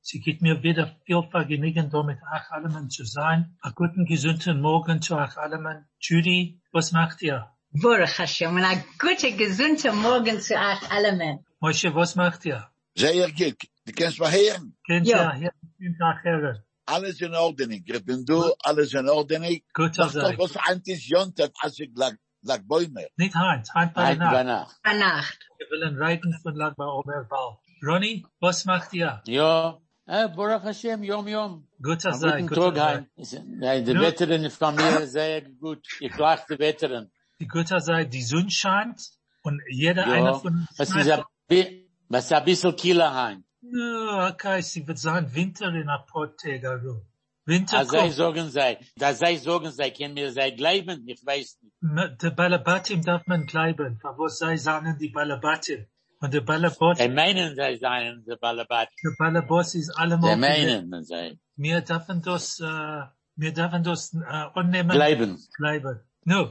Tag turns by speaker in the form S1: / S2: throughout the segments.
S1: Sie gibt mir wieder viel Vergnügen, damit Ach Allemann zu sein. Einen guten, gesunden Morgen zu Ach Allemann. Judy, was macht ihr?
S2: Baruch Hashem, und ein guter, gesunder Morgen zu euch allen.
S1: Moshe, was macht ihr?
S3: Sehr gut. Du kannst mal hören.
S1: Könnt
S2: Ja.
S1: ihr hier guten Tag hören?
S3: Alles in Ordnung. Ich bin du, alles in Ordnung.
S1: Gut,
S3: Sag doch,
S1: sei.
S3: was eint ist Jontat, als ich lag, lag Bäume.
S1: Nicht Heinz, Heinz bei der Nacht.
S4: Nacht.
S2: Gute Nacht.
S1: Wir wollen reiten von Lagba Oberbau. Ronny, was macht ihr?
S4: Ja. Äh, Baruch Hashem, Yom Yom.
S1: Guter
S4: Am
S1: sei,
S4: guten
S1: guter
S4: Tag,
S1: sei.
S4: Hein. Ist- Nein, die
S1: Ja.
S4: Wetterin von mir ist sehr gut. Ich lag die Wetterin.
S1: Die Götter sei, die Sonne scheint und jeder einer
S4: Ja.
S1: von uns.
S4: Was
S1: weiß-
S4: ist ein bi- was ist ein bisschen Kieler, Hein.
S1: Ja, okay, sie wird sein Winter in ein paar Tage rum. Winter
S4: Als Ah, sei
S1: kommt.
S4: sagen sei, da sei sagen sei, können mir sei bleiben, ich weiß nicht.
S1: Ne, Der Balabatim darf man bleiben. Aber was sei sagen die Balabatim? Und der
S4: Sie
S1: Balabat,
S4: Er meinen sei seien, der Ballabat.
S1: der Balabos ist
S4: Sie
S1: allemal.
S4: meinen sei.
S1: Wir dürfen das, äh, wir dürfen das, äh, annehmen.
S4: Bleiben.
S1: Bleiben. No.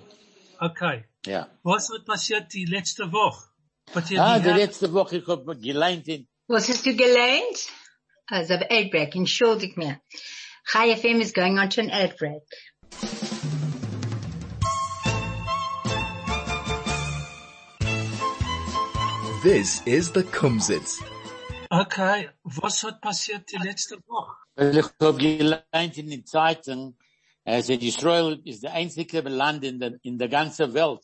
S1: Okay.
S4: Ja.
S1: Was wird passiert die letzte Woche? Was ihr
S4: Ah,
S1: die
S4: die
S1: habt-
S4: letzte Woche, ich hab geleint in,
S2: Was hast du gelernt? Also, ad break, entschuldigt mir. Chai FM is going on to an ad break.
S5: This is the kumsitz.
S1: Okay, was hat passiert die letzte Woche?
S4: Weil ich hab gelernt in den Zeiten, also Israel ist der einzige Land in der, in der ganzen Welt,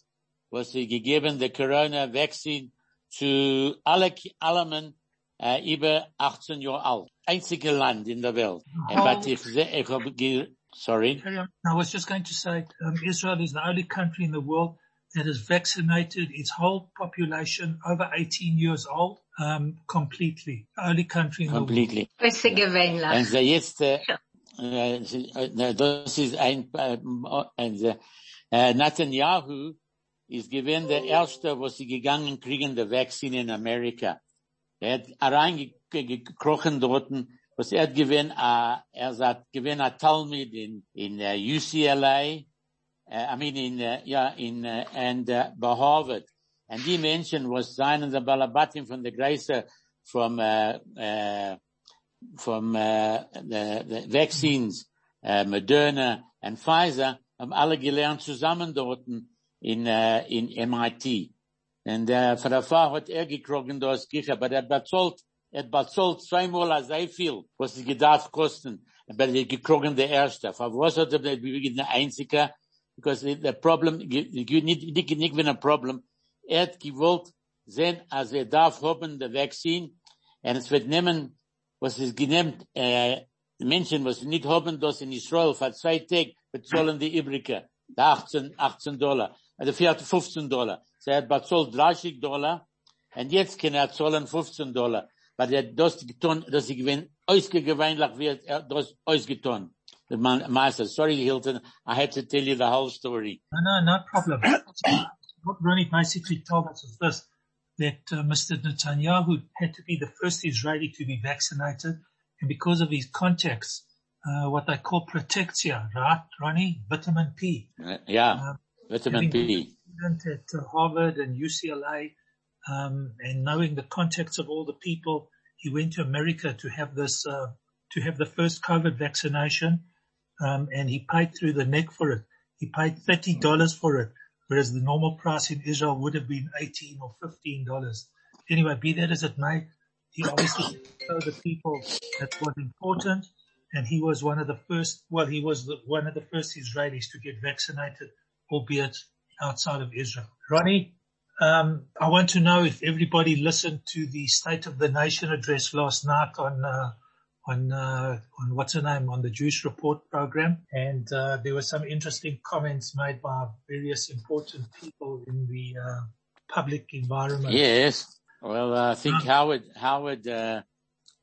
S4: was sie gegeben, der Corona-Vaccine zu alle, Ki- allemen, äh, über 18 Jahre alt. Einzige Land in der Welt.
S1: Oh.
S4: Aber ich, seh- ich hab ge, sorry.
S1: Carry on. I was just going to say, um, Israel is the only country in the world that has vaccinated its whole population over 18 years old um, completely. Only country in
S4: Completely.
S2: Größe
S4: Und
S2: gewöhnlich.
S4: sie jetzt, äh,
S2: Ja.
S4: äh, sie- äh, das ist ein, äh, und, äh, äh, Netanyahu ist gewesen der Erste, wo sie gegangen kriegen, der Vaccine in Amerika. Er hat reingekrochen dort, was er hat gewesen, äh, er sagt, gewesen ein Talmud in, in äh, UCLA, äh, I mean in, äh, ja, in, äh, and, äh, bei Harvard. And die Menschen, was seinen der Balabatim von der Greise, vom, äh, äh, from uh, the, the vaccines, uh, Moderna and Pfizer, haben alle gelernt zusammen dort in, uh, in MIT. Und uh, für der Fall hat er gekrogen das Kirche, aber er bezahlt, er bezahlt zweimal sehr viel, was es gedarf kosten. Aber er gekrogen der Erste. Für was hat er bewegt der Einzige? Because the the problem, you need, nicht, nicht wenn ein Problem. Er hat gewollt sehen, als er darf haben, der Vaccine, und es wird nehmen was ist genannt, äh, Menschen, was nicht haben, das in Israel für zwei Tage bezahlen die Übrige, die 18, 18 Dollar, also vier- 15 Dollar. Sie hat bezahlt 30 Dollar, und jetzt kann er zahlen 15 Dollar, weil er hat das getan, dass sie gewinnt, ausgegeweinlich wird, er hat das ausgetan. Man, Master, sorry Hilton, I had to tell you the whole story.
S1: No, no, no problem. what Ronnie basically told us is this, that uh, Mr. Netanyahu had to be the first Israeli to be vaccinated, and because of his contacts, uh, what they call protexia, right, Ronnie? Vitamin P.
S4: Ja, Vitamin P.
S1: student at uh, Harvard and UCLA, um, and knowing the contacts of all the people, he went to America to have this, uh, to have the first COVID vaccination, um, and he paid through the neck for it. He paid thirty dollars for it, whereas the normal price in Israel would have been eighteen or fifteen dollars. Anyway, be that as it may, he obviously showed the people that was important, and he was one of the first. Well, he was the, one of the first Israelis to get vaccinated, albeit outside of Israel. Ronnie, um, I want to know if everybody listened to the State of the Nation address last night on uh, on uh, on what's her name on the Jewish Report program, and uh, there were some interesting comments made by various important people in the uh, public environment.
S4: Yes. Well, I think Howard, Howard, uh,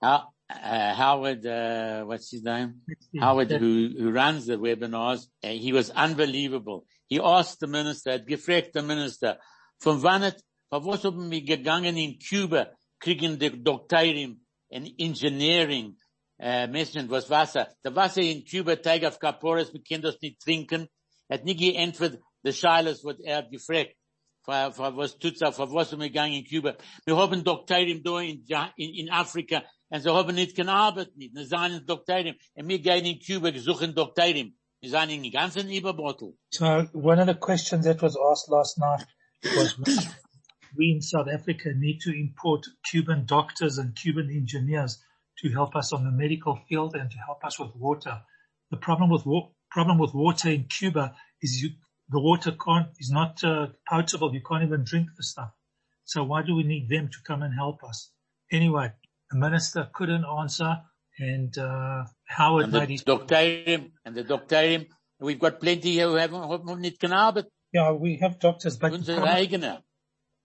S4: How- uh, Howard, uh, what's his name?
S1: Let's see.
S4: Howard,
S1: That-
S4: who, who runs the webinars, and he was unbelievable. He asked the minister, had gefragt the minister, von wann het, von was haben wir gegangen in Cuba, kriegen die Doktorium in Engineering, äh, Menschen, was Wasser. Der Wasser in Cuba, Teig auf Kaporis, wir können das nicht trinken. Hat nie geantwortet, der Scheiles, was er hat gefragt. Vor, vor was tut's auf, vor was sind wir gegangen in Kuba? Wir haben Doktorium da in, Ja- in, in Afrika, und sie haben nicht keine Arbeit nicht, wir sind in Doktorium, und wir gehen in Kuba, wir suchen Doktorium. Wir sind in den ganzen Überbottel.
S1: So one of the questions that was asked last night was why we in South Africa need to import Cuban doctors and Cuban engineers to help us on the medical field and to help us with water. The problem with wa- problem with water in Cuba is you, the water can't is not uh, potable. You can't even drink the stuff. So why do we need them to come and help us? Anyway, the minister couldn't answer, and uh, Howard
S4: And the
S1: made his
S4: Doktorium, and the Doktorium, we've got plenty here who haven't, haven't nicht keine Arbeit,
S1: yeah. We have doctors, but the
S4: unsere
S1: problem-
S4: eigene.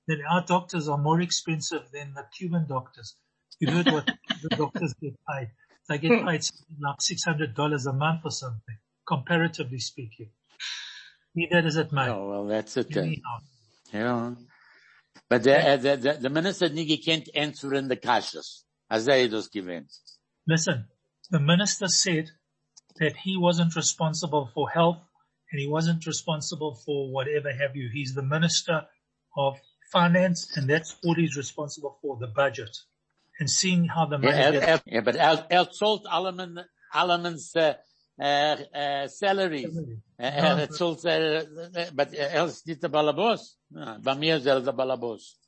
S1: that our doctors are more expensive than the Cuban doctors. You heard what the doctors get paid. They get paid something like $600 a month or something, comparatively speaking. Be that as it may.
S4: Oh, well, that's it. uh,
S1: Anyhow,
S4: Yeah. But the, uh, the, the, the minister nie gekannt answeren the Kasches. As they er das gewinnt.
S1: Listen, the minister said that he wasn't responsible for health and he wasn't responsible for whatever have you. He's the minister of finance and that's all he's responsible for, the budget. And seeing how the money
S4: Er,
S1: gets-
S4: er, ja, but er, er zahlt allemen, allemens, äh, äh, äh, salaries. Er, er er zahlt, äh, äh, but er ist nicht der Ballerboss. Ja, bei mir ist er der Ballerboss.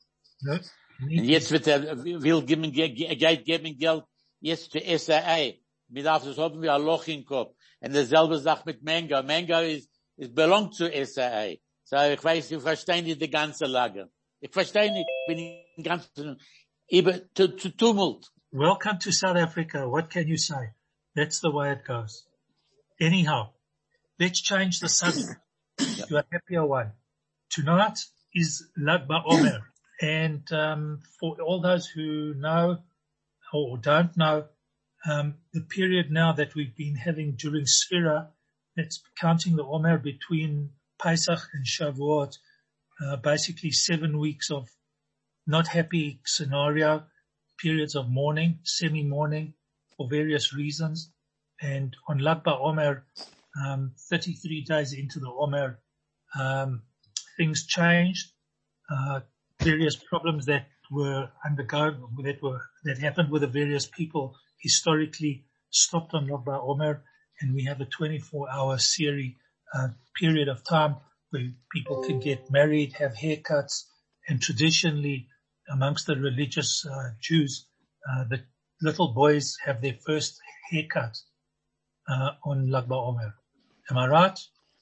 S1: No,
S4: Und jetzt wird er, will geben, ge- ge- geht geben Geld jetzt zu SAA. Mit auf das haben wir ein Loch im Kopf. Und dasselbe Sache mit Menga. Menga ist, ist belongt zu SAA. So, ich weiß, ich verstehe nicht die ganze Lage. Ich verstehe nicht, ich bin im ganzen, über, zu, zu Tumult.
S1: Welcome to South Africa. What can you say? That's the way it goes. Anyhow, let's change the subject to a happier one. Tonight is Lag BaOmer. and um, for all those who know or don't know, um, the period now that we've been having during Sphira, that's counting the Omer between Pesach and Shavuot, uh, basically seven weeks of not happy scenario, periods of mourning, semi-mourning for various reasons. And on Lag BaOmer, um, 33 days into the Omer, um, things changed. Uh, various problems that were undergoing, that were, that happened with the various people historically stopped on Lag BaOmer. And we have a 24 hour series, uh, period of time where people can get married, have haircuts, and traditionally amongst the religious uh, Jews, uh, the little boys have their first haircut uh, on Lag BaOmer. Am I right,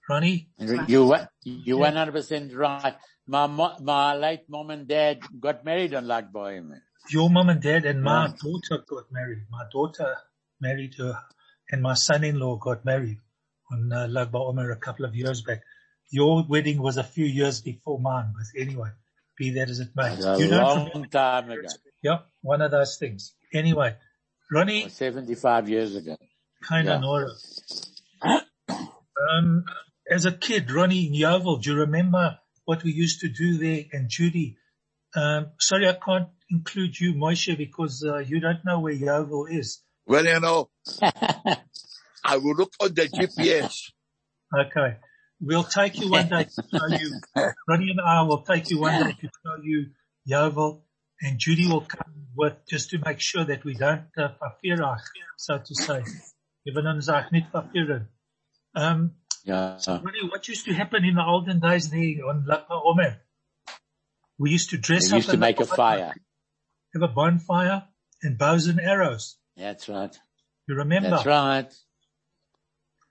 S1: Ronnie?
S4: You were, you one hundred percent right. My, mo- my late mom and dad got married on Lag Bohem.
S1: Your mum and dad and my daughter got married. My daughter married her, and my son-in-law got married on uh, Lag BaOmer a couple of years back. Your wedding was a few years before mine, but anyway, be that as it may.
S4: It was
S1: You
S4: a
S1: don't
S4: long
S1: remember-
S4: time ago,
S1: Yeah, one of those things. Anyway, Ronnie,
S4: seventy-five years ago.
S1: kind
S4: Yeah.
S1: of Nora. Um, as a kid, Ronnie in Yeovil, do you remember what we used to do there? And Judy, um, sorry, I can't include you, Moshe, because uh, you don't know where Yeovil is.
S3: Well, you know, I will look on the GPS.
S1: Okay, we'll take you one day to show you. Ronnie and I will take you one day to show you Yeovil, and Judy will come with just to make sure that we don't uh, verfeerach, so to say. Even ons eigen niet verfeeren. Um,
S4: Yeah.
S1: Ronnie, what used to happen in the olden days there on Lakma Omer? We used to dress
S4: They
S1: up
S4: used to
S1: in the
S4: make a
S1: bonfire,
S4: fire.
S1: have a bonfire and bows and arrows.
S4: That's right.
S1: You remember?
S4: That's right.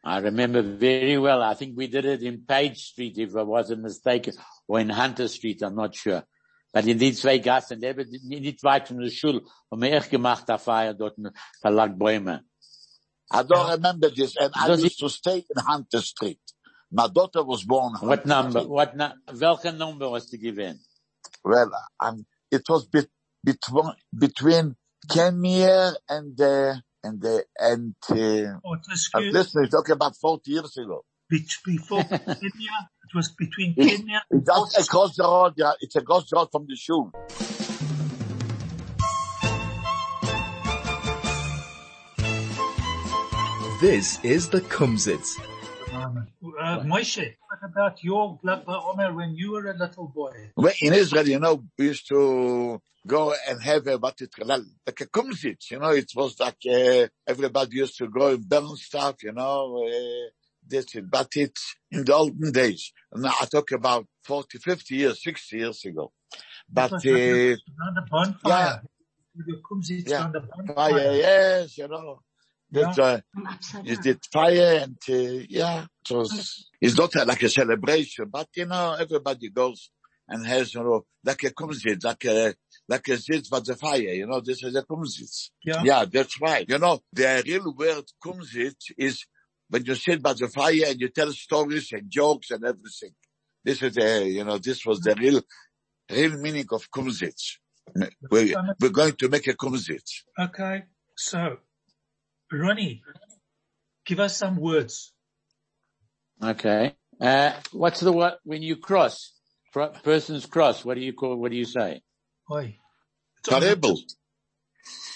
S4: I remember very well. I think we did it in Page Street, if I wasn't mistaken, or in Hunter Street. I'm not sure. But in these zwei Gassen, they were nicht weit von der Schule, haben wir echt gemacht, a fire dort bei Lag Bäume.
S3: I don't remember this, and I
S4: Does
S3: used to stay in Hunter Street. My daughter was born. on Hunter
S4: What number,
S3: Street.
S4: what, nu- welke number was to give in?
S3: Well, um, it was be- between between came here and, uh, and, uh, and,
S1: Oh,
S3: uh, uh,
S1: Fortescue,
S3: listen, he's talking about 40 years ago.
S1: which before Kenya, it was between Kenya and
S3: It's just
S1: Fortescue.
S3: across the road, yeah, it's across the road from the shul.
S5: This is the Kumsitz.
S1: Um, uh, Moshe, what about your brother Omer when you were a little boy?
S3: Well, in Israel, you know, we used to go and have a, what it's called, like a kumzit, you know, it was like, uh, everybody used to go and burn stuff, you know, uh, this, it, but it's in the olden days. Now I talk about 40, 50 years, 60 years ago. But,
S1: it was
S3: uh,
S1: around a bonfire. Yeah.
S3: Yeah.
S1: around a bonfire.
S3: fire, yes, you know, that's,
S1: Yeah.
S3: uh,
S2: I'm upside
S3: is
S2: down.
S3: it fire and uh, yeah it
S1: Mm.
S3: was it's not uh, like a celebration but you know everybody goes and has you know like a kumzit like a like a zit but the fire you know this is a kumzit
S1: Yeah.
S3: yeah that's right you know the real word kumzit is when you sit by the fire and you tell stories and jokes and everything this is the you know this was the real real meaning of kumzit
S1: Mm.
S3: we're, we're going to make a kumzit
S1: Okay. So, Ronnie, give us some words.
S4: Okay. Uh, what's the what when you cross? Pro- Persons cross. What do you call? What do you say?
S1: Oi. Ah, It's on the-
S3: terrible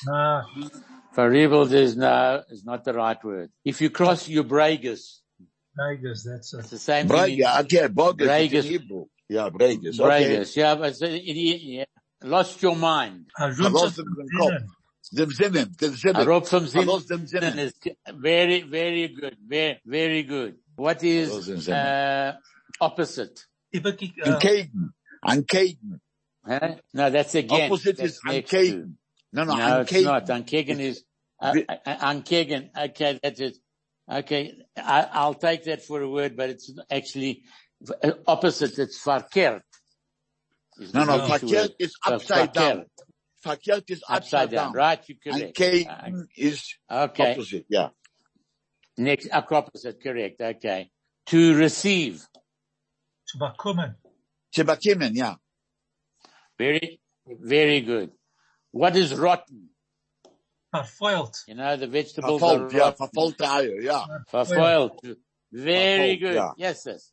S1: No.
S4: Variables is no, is not the right word. If you cross, you bragus.
S1: Vegas, that's
S4: It's
S1: it.
S4: the same thing.
S3: Braga, okay, Braga, it's in
S4: Bragas.
S3: Hebrew. Yeah, Bragas,
S4: In,
S3: okay.
S4: bragus. Yeah, but it's- it- it- yeah. lost your mind.
S1: Uh,
S3: I
S1: roots
S3: lost
S1: of
S3: them in Kopf.
S1: Zenon.
S3: Them Zinnen, them
S4: I
S3: Zinnen.
S4: wrote from
S3: I
S4: Zim
S3: lost them
S4: and
S3: Zinnen.
S4: is very, very good. Very, very good. What
S3: Those in
S4: is
S3: Zim.
S4: uh, opposite?
S1: Ibiki- uh,
S3: Ankaden, Ankaden.
S4: Huh? No, that's against.
S3: Opposite is
S4: That's next to.
S3: Ankaden. No, no,
S4: No, it's not.
S3: Ankaden.
S4: Ankegen
S3: It's-
S4: is uh,
S3: the-
S4: uh, Ankegen. Okay, that's it. Okay, I, I'll take that for a word, but it's actually uh, opposite. It's verkeerd. Is
S3: No,
S4: the
S3: no,
S1: No.
S4: English word.
S3: Fakert is
S4: Ver-
S3: upside down.
S4: verkeerd,
S3: Fakert is
S4: upside
S3: upside
S4: down.
S3: down.
S4: Right, you correct. Uh,
S3: Ankaden is
S4: Okay,
S3: opposite, yeah.
S4: next uh, opposite, correct. Okay, to receive.
S1: to Bakuman.
S3: Shebakimen, yeah.
S4: Very, very good. What is rotten?
S1: Verfoilt.
S4: You know, the vegetables are
S3: Verfold, yeah,
S4: rotten.
S3: verfold tire, yeah.
S1: Verfoilt.
S4: Verfoil. Very
S3: Verfoild,
S4: good.
S3: yeah.
S4: Yes, yes.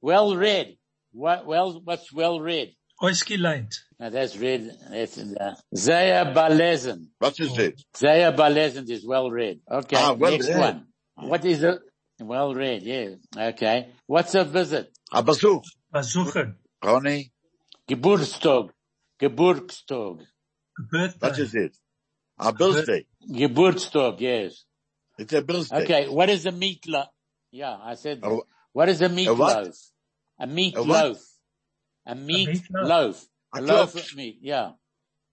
S4: Well read. What, well, what's well read?
S1: Oiskileint.
S4: Now that's read. That's uh, Zaya Balezend.
S3: What is
S1: Oh.
S3: it?
S4: Zaya Balezend is well read. Okay,
S3: Ah, well
S4: next
S3: read.
S4: one. What is a well read? Yeah. Okay. What's a visit?
S3: Abazuch,
S1: Bazuchen.
S3: Ronnie,
S4: Geburtstag. Geburtstag.
S1: Birthday.
S3: what is it? A birthday.
S4: Geburtstag. Yes.
S3: It's a birthday.
S4: Okay. What is a meatloaf? Yeah, I said.
S3: A,
S4: What is a
S3: a what?
S4: meatloaf? A
S3: what?
S4: meatloaf. A meat
S1: meatloaf.
S4: loaf.
S3: A
S4: A loaf
S3: klops.
S4: of meat. Yeah.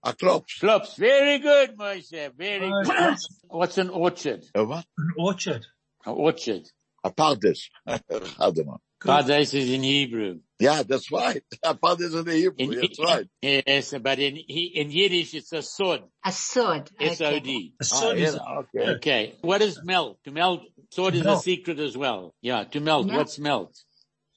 S3: A klops.
S4: Flops. Very good, Moshe. Very
S1: Uh,
S4: good.
S1: it's
S4: What's an orchard?
S3: A what?
S1: an orchard.
S4: An orchard.
S3: A pardes. I don't know.
S1: Good.
S4: Pardes is in Hebrew.
S3: Yeah, that's right. A pardes in the
S4: In,
S3: Hebrew. Oh, That's right.
S4: yes, but in in Yiddish it's a sod.
S2: A sword.
S4: S O
S2: Okay.
S4: D.
S1: A
S3: Ah,
S1: sword
S3: yeah,
S1: is an
S3: okay.
S1: orchard.
S4: Okay. What is melt? To melt. Sod is a
S1: Melt.
S4: secret as well. Yeah. To melt.
S2: No.
S4: What's melt?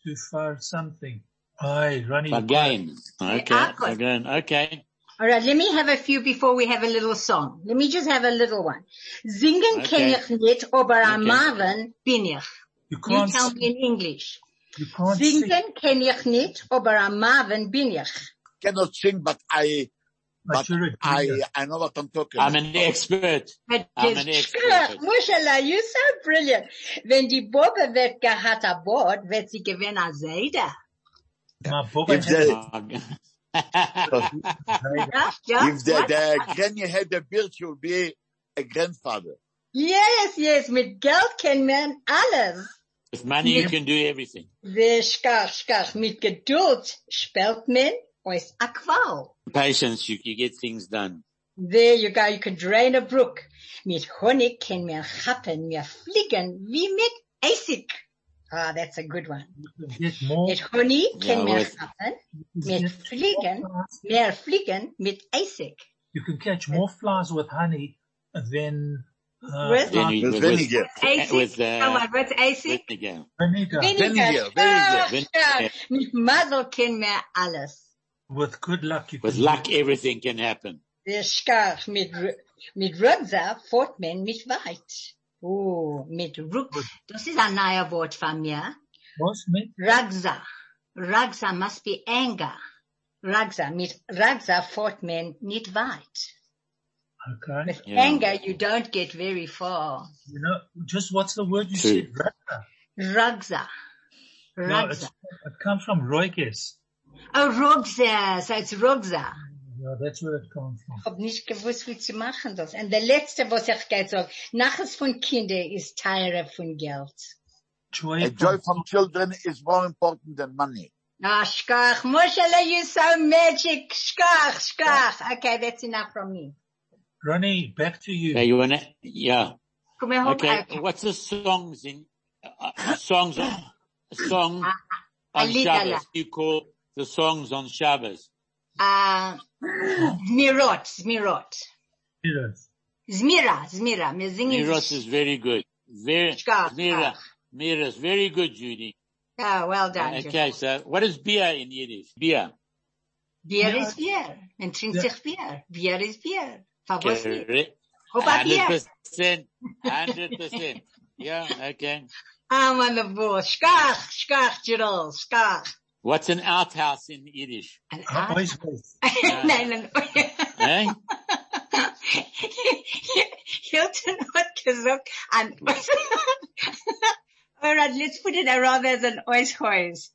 S1: Too far something. Aye, Ronnie, you got it.
S4: Again.
S2: Hey,
S4: Okay.
S2: I got it.
S4: Again. Okay.
S2: All right, let me have a few before we have a little song. Let me just have a little one. Singen kenn
S4: Okay.
S2: ich nicht, aber am
S4: Okay.
S2: Abend bin ich.
S1: You
S2: You
S1: can't,
S2: tell
S1: sing.
S2: me in English.
S1: you can't sing,
S2: Singen kenn ich nicht, aber am Abend bin ich.
S3: Cannot sing, but I,
S1: but
S3: but
S1: you're a
S3: I,
S1: junior.
S3: I know what I'm talking
S4: I'm
S3: about.
S4: an expert.
S2: Hat
S4: I'm an
S2: geschrien,
S4: expert.
S2: Muschela, you so brilliant. Wenn die Bobbe wird gehabt an Bord, wird sie gewinnen an Seide.
S1: My Bobba
S3: If
S1: had
S3: the,
S1: Zayda.
S2: Ja, ja,
S3: if the,
S2: what?
S3: the granny had a beard, she would be a grandfather.
S2: Yes, yes, mit Geld kann man alles.
S4: With money you
S2: Mit,
S4: can do everything.
S2: sehr stark, stark, mit Geduld spielt man als Aqual.
S4: Patience, you, you get things done.
S2: There you go, you can drain a brook. Mit Honig kann man happen, mir fliegen wie mit Essig. Ah, that's a good one.
S1: You can get more,
S2: Mit Honig
S4: Yeah,
S2: kann man
S4: with,
S2: happen,
S1: you can get
S2: mit
S1: more
S2: Fliegen,
S1: flies.
S2: mehr Fliegen mit Essig.
S1: You can catch more flies with honey than, uh,
S2: With
S4: then
S1: flies
S4: you,
S3: With
S4: with, with,
S3: vinegar.
S2: Essig,
S4: with, uh,
S2: come on, with
S4: with uh,
S2: Essig.
S4: again.
S1: with vinegar.
S2: Weniger,
S3: Vinegar,
S2: ah,
S3: vinegar.
S2: ja,
S4: Vinegar.
S2: mit Madel kann man alles.
S1: With good luck, you
S4: With
S1: can do
S4: luck, everything can happen.
S2: Der Schach mit, Ru- mit Rucksack fährt man nicht weit. Oh, mit Ruck. Das ist ein neuer Wort von mir.
S1: Was meant?
S2: Rucksack. Rucksack must be anger. Rucksack. Mit Rucksack fährt man nicht weit.
S1: Okay.
S2: With
S4: Yeah.
S2: anger, you don't get very far.
S1: You know, just what's the word you
S4: Two.
S1: said? Rugza.
S2: Rucksack.
S1: No, it's,
S2: Rucksack.
S1: it comes from Roiges.
S2: Oh, Rucksack. So it's Rucksack.
S1: Yeah, that's where it comes from.
S2: hab nicht gewusst, wie zu machen das. Und der letzte, was ich gerade sage, naches von Kinder ist teurer von Geld.
S1: Joy.
S3: A joy from children is more important than money.
S2: Ah, schkach, Moshele, you so magic, schkach, schkach. Okay, that's enough from me.
S1: Ronnie, back to you.
S4: Yeah, you wanna, yeah.
S2: Komm, ich hab
S4: Okay,
S2: ein-
S4: what's the songs in, uh, uh, songs, on- song on
S2: Alidala.
S4: Shabbos? You call the songs on Shabbos.
S2: ah, Zmirot, Zmirot.
S1: Heroes.
S2: Zmira, Zmira, wir singen
S4: Miros is very good. Very,
S2: Shkach,
S4: Mira,
S2: shkach.
S4: Mira is very good, Judy.
S2: Ah, well done.
S4: Okay, so what is beer in Yiddish? Beer.
S2: Bier
S1: Ja.
S2: ist Bier. Man trinkt
S1: Ja.
S2: sich Bier. Bier ist Bier. Verwusst nicht.
S4: Correct.
S2: Hab ein Bier.
S4: 100%. 100%. Yeah, okay.
S2: I'm on the ball. Schkach, schkach, Gerald, schkach.
S4: What's an outhouse in Yiddish?
S2: An
S1: Ah,
S2: Arsch?
S1: boys, boys.
S2: nein, nein.
S4: Eh?
S2: Hilton hat gesagt, an Alright, let's put it around as an oishhois.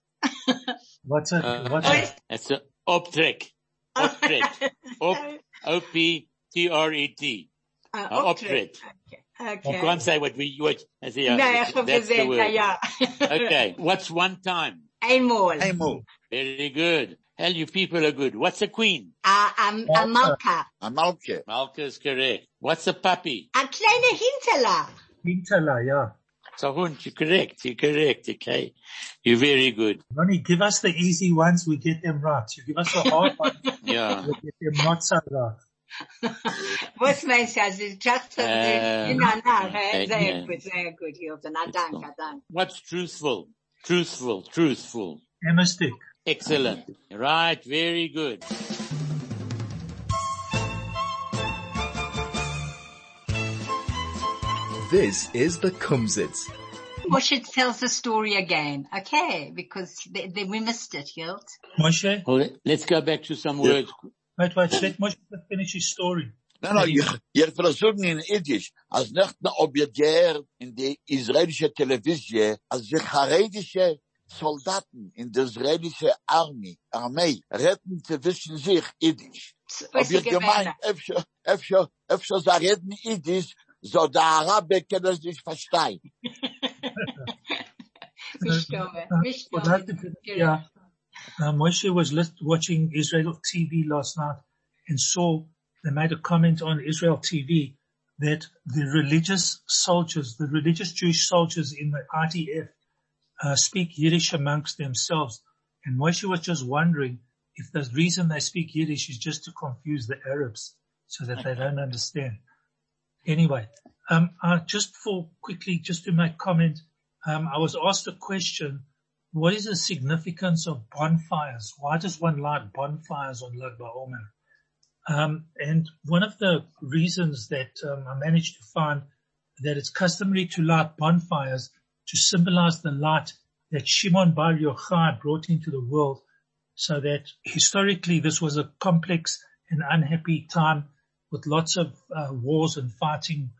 S1: What's it? what's
S4: Uh,
S1: it?
S4: it's an optrek. Optret. Op, O-P-T-R-E-t. Uh, optret. I
S2: Ah, Okay.
S4: E can't say what we, what, I say, uh,
S2: No, ich hab
S4: that's the
S2: gesehen, ja, nou ja.
S4: word. Okay, what's one time?
S2: Einmal.
S3: Emu,
S4: Very good. Hell, you people are good. What's a queen?
S2: A, a, a Malka.
S3: Amalke,
S4: Malka is correct. What's a puppy?
S2: A kleine Hinterla.
S1: Hintala, yeah.
S4: Sahun, you're correct. You're correct. Okay. You're very good.
S1: Ronnie, give us the easy ones, we get them right. You give us the hard ones,
S4: Yeah.
S1: we get them not so right.
S2: Was meinst du? Also, just so,
S4: Ähm,
S2: na, na,
S4: okay,
S2: sehr
S4: ja.
S2: gut, sehr gut, Hilton. Ah, danke, danke.
S4: What's truthful? Truthful. Truthful.
S1: Emma Stick.
S4: Excellent. Right. Very good.
S5: This is the Kumsitz.
S2: Moshe tells the story again, okay? Because they, they, we missed it, Hilt.
S1: Moshe,
S4: Well, let's go back to some words.
S1: wait, wait, let Moshe finish his story.
S3: No, no, ihr, ihr versucht in Yiddish, als nicht nur ob ihr gehört in die israelische Televisie, als die charedische Soldaten in der israelische Armee, Armee, retten zwischen sich Yiddish. Ob ihr gemeint, öfter, öfter, öfter sie reden Yiddish, so der Araber kann es nicht verstehen.
S2: Verstehe,
S1: Well, that's a
S2: verstehe.
S1: good- yeah. Uh, Moshe was lis- watching Israel TV last night and saw they made a comment on Israel TV that the religious soldiers, the religious Jewish soldiers in the IDF uh, speak Yiddish amongst themselves. And Moshe was just wondering if the reason they speak Yiddish is just to confuse the Arabs so that they don't understand. Anyway, um, I just for quickly, just to make comment, um, I was asked a question. What is the significance of bonfires? Why does one light bonfires on Lag BaOmer? Um, and one of the reasons that um, I managed to find that it's customary to light bonfires to symbolize the light that Shimon Bar Yochai brought into the world so that historically this was a complex and unhappy time with lots of uh, wars and fighting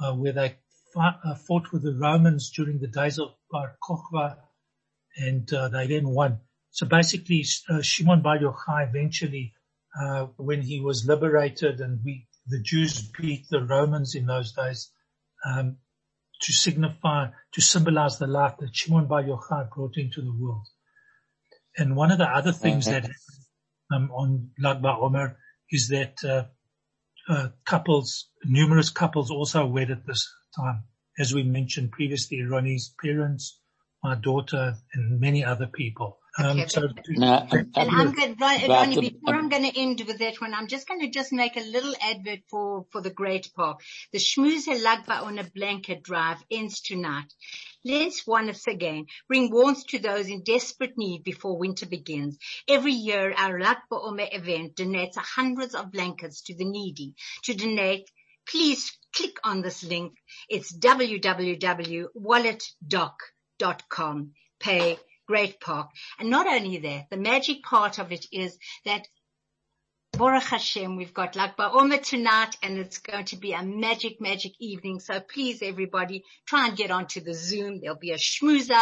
S1: uh, where they fought, uh, fought with the Romans during the days of Bar Kokhba and uh, they then won. So basically, uh, Shimon Bar Yochai eventually, uh, when he was liberated and we, the Jews beat the Romans in those days, um, to signify, to symbolize the light that Shimon Bar Yochai brought into the world. And one of the other things
S4: Mm-hmm.
S1: that happened um, on Lag BaOmer is that uh, uh, couples, numerous couples also wed at this time. As we mentioned previously, Ronnie's parents, my daughter, and many other people. Um,
S2: Okay,
S1: so
S2: but-
S1: to-
S4: No,
S1: thank
S4: I-
S2: And
S1: you.
S2: I'm going, to
S4: But,
S2: Ronnie,
S4: um,
S2: before
S4: um,
S2: I'm going to end with that one, I'm just going to just make a little advert for, for the great pa. The Schmooze Lagba on a Blanket Drive ends tonight. Let's once again bring warmth to those in desperate need before winter begins. Every year, our Lagba Ome event donates hundreds of blankets to the needy. To donate, please click on this link. It's www.walletdoc.com. Pay Great Park. And not only that, the magic part of it is that Baruch Hashem, we've got Lakba Omer tonight and it's going to be a magic, magic evening. So please everybody try and get onto the Zoom. There'll be a schmoozer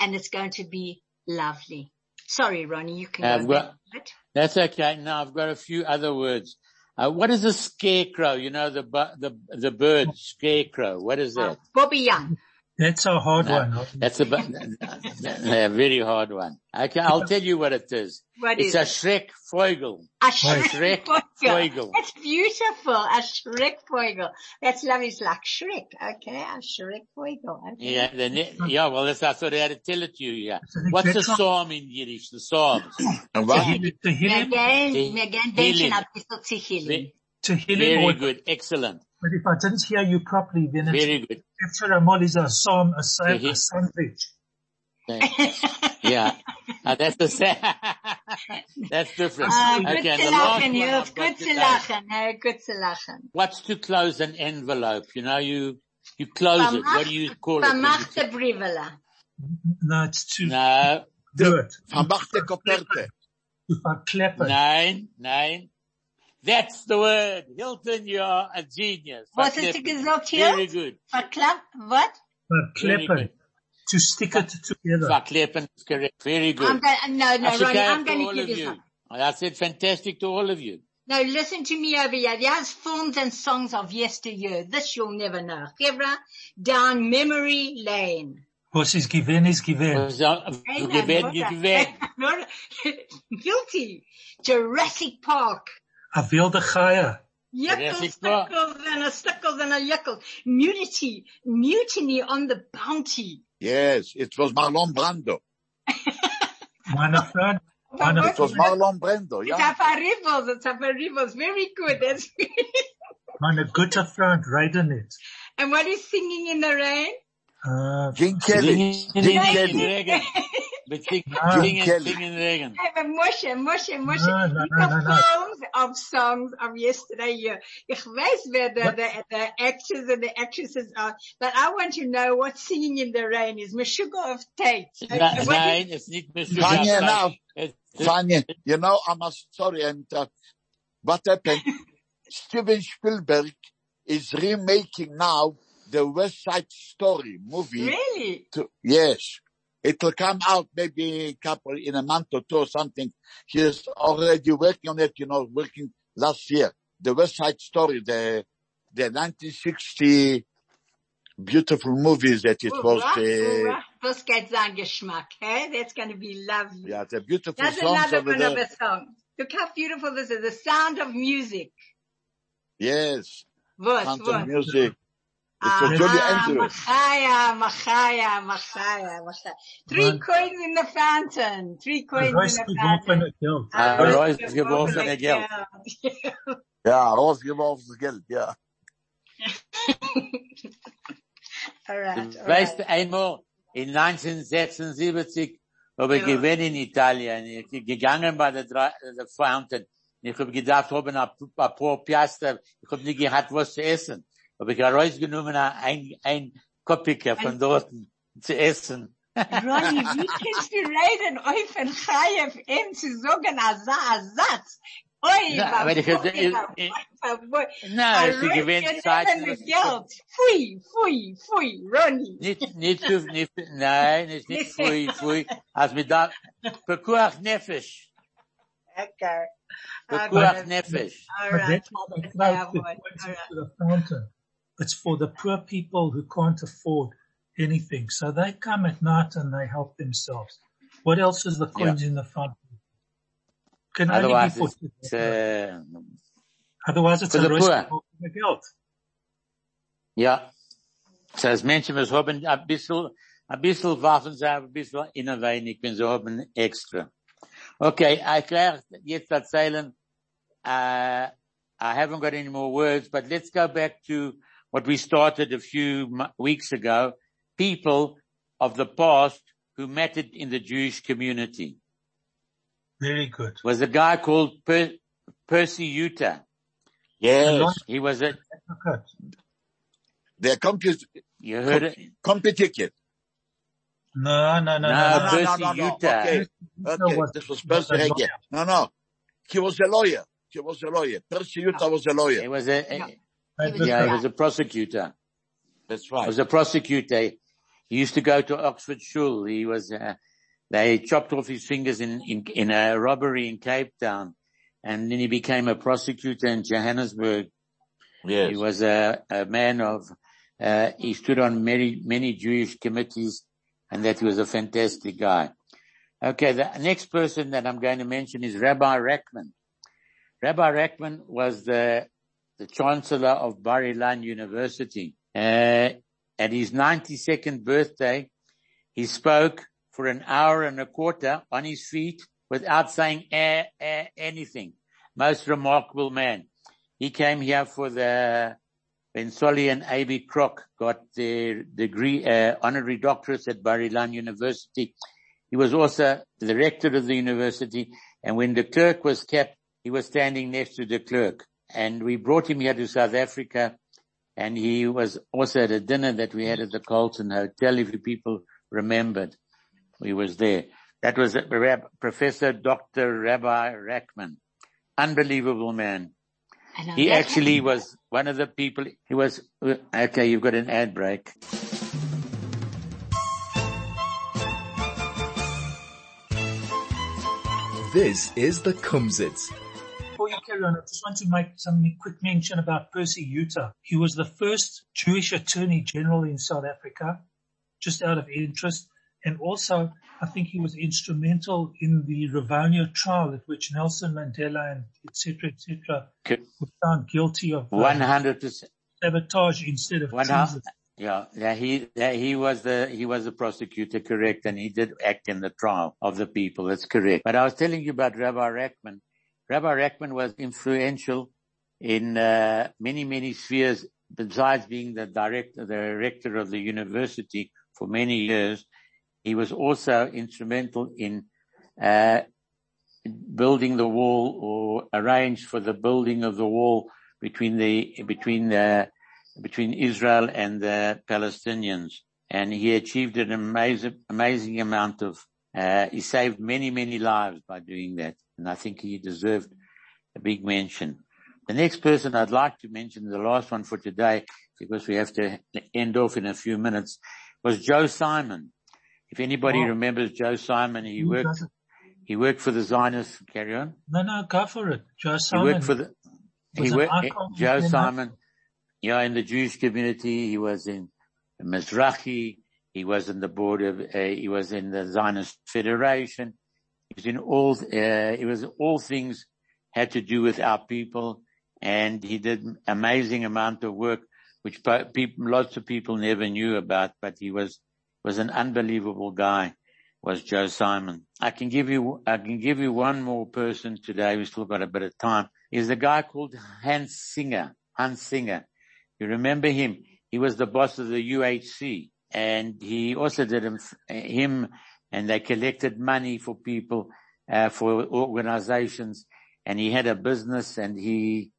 S2: and it's going to be lovely. Sorry, Ronnie, you can
S4: Uh,
S2: go
S4: well-
S2: back.
S4: That's okay. Now I've got a few other words. Uh, what is a scarecrow? You know, the, bu- the, the bird, scarecrow. What is
S2: Uh,
S4: that?
S2: Bobby Young.
S1: That's a hard
S4: No,
S1: one. Ronnie.
S4: that's a, bu- a very hard one. Okay. I'll tell you what it is.
S2: What
S4: it's
S2: is
S4: a
S2: it?
S4: Schreck Vogel.
S2: A
S4: Shrek Fuegel.
S2: That's beautiful. A Shrek Fuegel. That's lovely. It's like Shrek. Okay. A Shrek Fuegel. Okay.
S4: Yeah, the, ne- yeah, well, that's, I thought I had to tell it to you. Yeah.
S1: It's an
S4: What's a
S1: exact-
S4: psalm in Yiddish? The psalms.
S3: And
S1: It's a
S3: what?
S2: Yeah.
S1: Tehillim- Tehillim-
S4: Te-
S2: Megan, Megan Benson
S4: Tehillim.
S2: up is not Sicilian.
S4: Ve-
S1: Tehillim
S4: very
S1: or-
S4: good. Excellent.
S1: But if I didn't hear you properly, then it's
S4: Very good.
S1: Efsher Amol is a psalm, a, sa- a
S4: Tehi-
S1: sandwich.
S4: Thank- Yeah. Uh, that's the same. that's different.
S2: Ah,
S4: Okay.
S2: good
S4: And
S2: to
S4: the
S2: lachen,
S4: last one
S2: Joop.
S4: I've got
S2: Good to
S4: today.
S2: lachen. Hey, good to lachen.
S4: What's to close an envelope? You know, you, you close it. What do you
S2: Vermacht,
S4: call it? when you
S2: vermachte Brivela.
S1: No, it's to
S4: No,
S1: do it.
S3: Vermachte Koperte.
S1: If I clap it.
S4: nine, nine. That's the word. Hilton, you're a genius.
S2: Was it
S4: Verkleppen.
S2: gesagt,
S4: Very
S2: Hilt?
S4: good.
S2: Verklappt? What?
S1: But
S4: Very
S1: clap it.
S4: good.
S1: To stick it together.
S4: Verkleppen is correct. Very
S2: I'm
S4: good.
S2: going, no, no, Ronnie, I'm
S4: Ashikaya to
S2: going to
S4: all
S2: give
S4: of
S2: you
S4: you.
S2: some.
S4: I said fantastic to all of you.
S2: No, listen to me over here. There's films and songs of yesteryear. This you'll never know. Hebra, down memory lane.
S1: Was is given is given.
S4: Was, uh,
S2: Hey, no,
S4: Gewählt,
S2: Nora.
S4: gewählt.
S2: Nora. Guilty. Jurassic Park.
S1: I feel the chaya.
S2: Yuckles,
S4: Jurassic Park.
S2: stickles, and a stickles and a yuckles. Mutiny, mutiny on the bounty.
S3: Yes, it was Marlon Brando.
S1: Manafan.
S3: It
S2: Mhm.
S3: was Marlon Brando,
S2: It's
S3: yeah.
S2: up our rivals, it's up our rivals. Very good. That's
S1: Manafan. friend, right in it.
S2: And what is singing in the rain?
S1: Uh,
S3: Gene
S4: Singen,
S3: Kelly. Gene
S4: singen,
S3: Kelly.
S4: regen. Mit sing-
S1: Ah.
S4: singen,
S3: Kelly.
S4: singen, regen.
S2: Hey, but Moshe, Moshe, Moshe.
S1: no, no,
S2: These
S1: no,
S2: are
S1: no, no.
S2: films of songs of yesterday year. Ich weiß wer the,
S1: What?
S2: the, the actors and the actresses are, but I want to know what singing in the rain is. Meshuggah of Tate.
S4: Na-
S2: Okay, what is,
S4: Nein, es ist nicht mehr
S3: Funny
S4: Sugar
S3: enough,
S4: It's,
S3: funny, you know, I'm a- sorry, and uh, what happened? Steven Spielberg is remaking now the West Side Story movie.
S2: really?
S3: To, yes, it will come out maybe couple in a month or two or something. He is already working on it. You know, working last year. The West Side Story, the the 1960 beautiful movie that it was.
S2: Hurra,
S3: Uh,
S2: hurra. Das geht sein Geschmack, hey? That's going to be lovely.
S3: yeah, the beautiful
S2: That's
S3: songs
S2: another
S3: over
S2: one of
S3: there.
S2: a song. Look how beautiful this is. The sound of music.
S3: Yes,
S2: What,
S3: Sound of
S2: what?
S3: Music. It was Julie
S2: Ah,
S3: Andrews.
S2: Machaya, Machaya, Machaya, Machaya. Three
S1: Man.
S2: coins in the fountain. Three coins in
S1: Royce
S2: the
S1: geworfen
S2: fountain.
S1: het geld.
S4: Ah,
S2: Arroz geworfen
S4: Royce geworfen Geld.
S2: Geld.
S3: Yeah, Rosgeworf's Geld, yeah.
S2: all
S4: Du
S2: right, all
S4: weißt
S2: right.
S4: einmal, in 1976 habe ich
S2: Ja.
S4: gewesen in Italien. Ich bin gegangen bei der, Dra- der Fountain. Ich habe gedacht, haben ein ein paar Piaster. Ich habe nicht gehabt, was zu essen. Habe ich herausgenommen, ein, ein Kopika von dort zu essen.
S2: Ronnie, wie kannst du reden, euch von HFM zu sagen, asa, Ersatz? Oi,
S4: Na, aber ich, ich, ich, na,
S2: Ein
S4: es ist gewesen Zeiten,
S2: Röntgen
S4: was
S2: Geld. Pfui, pfui, pfui, Ronnie.
S4: Nicht, nicht zu, nicht, nein, es ist nicht fui, fui. Als mit da, Pekuach Nefesh.
S2: Okay. All
S4: Pekuach
S2: right.
S4: Nefesh.
S2: All
S1: But
S2: right.
S1: that's why they
S2: That's
S1: throw
S2: our
S1: the
S2: word.
S1: coins
S2: All right.
S1: into the fountain. It's for the poor people who can't afford anything. So they come at night and they help themselves. What else is the coins in the fountain? Can only be
S4: Otherwise
S1: for
S4: it's, uh,
S1: Otherwise it's
S4: for
S1: a
S4: the
S1: risk
S4: poor.
S1: of the guilt.
S4: ja. So as Menschen, was haben ein bisschen, Ein bisschen werfen sie ein bisschen in ein wenig, wenn sie haben extra. Okay, I werde jetzt erzählen, uh, I haven't got any more words, but let's go back to what we started a few m- weeks ago. People of the past who mattered in the Jewish community.
S1: Very good.
S4: was a guy called per- Percy Uta.
S3: Yes.
S4: He was a,
S1: Good.
S3: The compute,
S4: you heard it?
S3: compute ticket.
S1: No, no, no, no.
S4: No,
S1: no,
S3: No,
S4: Percy
S3: no, no, no, no.
S4: Yuta.
S3: Okay. Okay.
S1: was-
S3: This was
S1: was
S3: Percy
S1: a
S3: Hege.
S1: lawyer.
S3: No, no. He was a lawyer. He was a lawyer. Percy Utah
S2: Ah.
S3: was a lawyer.
S4: He was a,
S2: Yeah.
S1: But
S2: He was
S4: yeah, he
S2: Yeah.
S4: was a prosecutor.
S3: That's
S4: He
S3: right.
S4: was a prosecutor. He used to go to Oxford Shul. He was, uh, they chopped off his fingers in, in, in a robbery in Cape Town. And then he became a prosecutor in Johannesburg.
S3: Yes.
S4: He was a, a man of, uh, he stood on many, many Jewish committees and that he was a fantastic guy. Okay. The next person that I'm going to mention is Rabbi Rachman. Rabbi Rachman was the, the chancellor of Bar Ilan University. Uh, at his 92nd birthday, he spoke for an hour and a quarter on his feet without saying eh, eh, anything. Most remarkable man. He came here for the when Solly and A.B. Kroc got their degree, uh, honorary doctorates at Bar Ilan University. He was also the rector of the university. And when de Klerk was kept, he was standing next to de Klerk. And we brought him here to South Africa. And he was also at a dinner that we had at the Carlton Hotel, if you people remembered. He was there. That was Rab- Professor Dr. Rabbi Rackman. Unbelievable man.
S2: I know
S4: He
S2: that.
S4: actually was one of the people, he was, uh, okay, you've got an ad break.
S5: This is the Kumsitz.
S1: Before you carry on, I just want to make some quick mention about Percy Uta. He was the first Jewish Attorney General in South Africa, just out of interest. And also, I think he was instrumental in the Rivonia trial at which Nelson Mandela and et cetera, et cetera,
S4: Okay.
S1: were found guilty of uh,
S4: 100%.
S1: sabotage instead of
S4: One
S1: treason.
S4: Yeah, yeah, he yeah, he was the he was the prosecutor, correct, and he did act in the trial of the people. That's correct. But I was telling you about Rabbi Rachman. Rabbi Rachman was influential in uh, many many spheres. Besides being the director, the rector of the university for many years, he was also instrumental in uh, building the wall or arranged for the building of the wall between the between the between Israel and the Palestinians, and he achieved an amazing amazing amount of. Uh, he saved many many lives by doing that, and I think he deserved a big mention. The next person I'd like to mention, the last one for today, because we have to end off in a few minutes, was Joe Simon. If anybody
S1: Wow.
S4: remembers Joe Simon, he
S1: Who
S4: worked
S1: doesn't?
S4: he worked for the Zionists. Carry on.
S1: No, no, go for it. Joe
S4: He
S1: Simon
S4: worked for the.
S1: was
S4: He
S1: an
S4: worked.
S1: icon. in
S4: Joe
S1: Vienna.
S4: Simon. You know, in the Jewish community, he was in Mizrahi. He was in the board of. Uh, he was in the Zionist Federation. He was in all. Uh, he was all things had to do with our people, and he did amazing amount of work, which po- peop lots of people never knew about. But he was was an unbelievable guy. Was Joe Simon? I can give you. I can give you one more person today. We still got a bit of time. Is a guy called Hans Singer. Hans Singer. You remember him? He was the boss of the UHC, and he also did him, him and they collected money for people, uh, for organizations, and he had a business, and he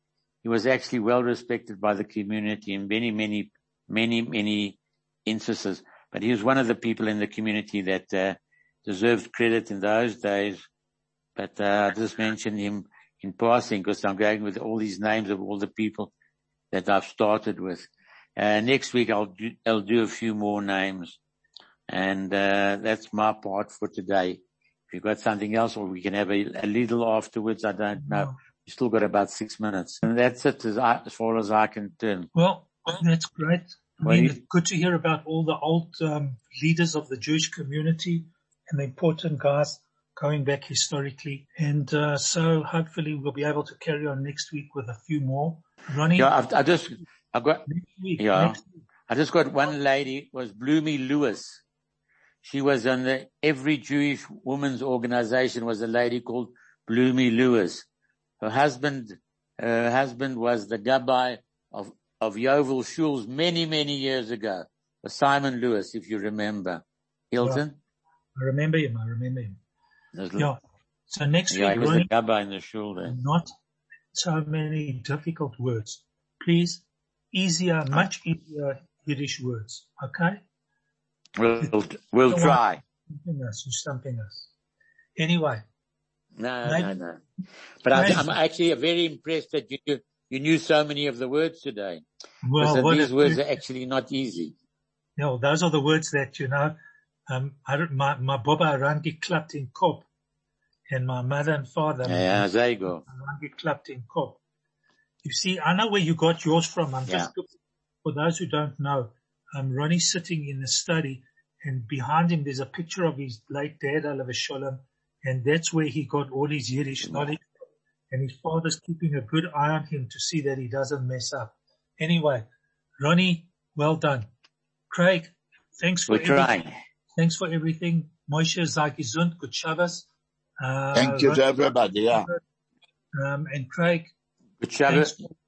S4: he was actually well respected by the community in many, many, many, many instances. But he was one of the people in the community that uh, deserved credit in those days. But uh, I just mentioned him in passing because I'm going with all these names of all the people that I've started with. Uh, next week I'll do, I'll do a few more names and, uh, that's my part for today. If you've got something else or we can have a, a little afterwards, I don't know.
S1: No.
S4: We've still got about six minutes and that's it as, I, as far as I can turn.
S1: Well, that's great. I
S4: Well,
S1: mean,
S4: you-
S1: it's good to hear about all the old um, leaders of the Jewish community and the important guys going back historically. And uh, so hopefully we'll be able to carry on next week with a few more. Ronnie,
S4: Yeah, I've, I just, I've got,
S1: next week,
S4: Yeah.
S1: next week.
S4: I just got one lady was Bloomy Lewis. She was on the, every Jewish woman's organization was a lady called Bloomy Lewis. Her husband, her husband was the gabbai of, of Yovel Shuls many, many years ago. Simon Lewis, if you remember. Hilton?
S1: I remember him. I remember him.
S4: There's-
S1: Yeah. So next
S4: Mm. yeah,
S1: week,
S4: he was the
S1: Ronnie,
S4: gabbai in the shul then.
S1: not so many difficult words. Please, easier, much easier Yiddish words. Okay?
S4: We'll, we'll
S1: Don't
S4: try.
S1: Something else, just something else. Anyway,
S4: No,
S1: Maybe-
S4: no, no. But I,
S1: Maybe-
S4: I'm actually very impressed that you, knew- you knew so many of the words today.
S1: well,
S4: Because
S1: what
S4: these
S1: a-
S4: words are actually not easy.
S1: you know, those are the words that, you know, um, I don't, my, my Baba Arandi clapped in Kop and my mother and father
S4: Yeah, there you go.
S1: Arandi clapped in Kop. You see, I know where you got yours from. I'm just, for those who don't know, um, Ronnie's sitting in the study and behind him there's a picture of his late dad, Oliver Sholem, and that's where he got all his Yiddish knowledge. And his father's keeping a good eye on him to see that he doesn't mess up. Anyway, Ronnie, well done. Craig, thanks for
S4: We're
S1: everything.
S4: trying.
S1: Thanks for everything. Moshe, sei gesund, good Shabbos. Uh,
S3: Thank you to
S1: Ron-
S3: everybody. Yeah.
S1: Um, and Craig,
S4: Good
S1: thanks
S4: Shabbos.
S1: for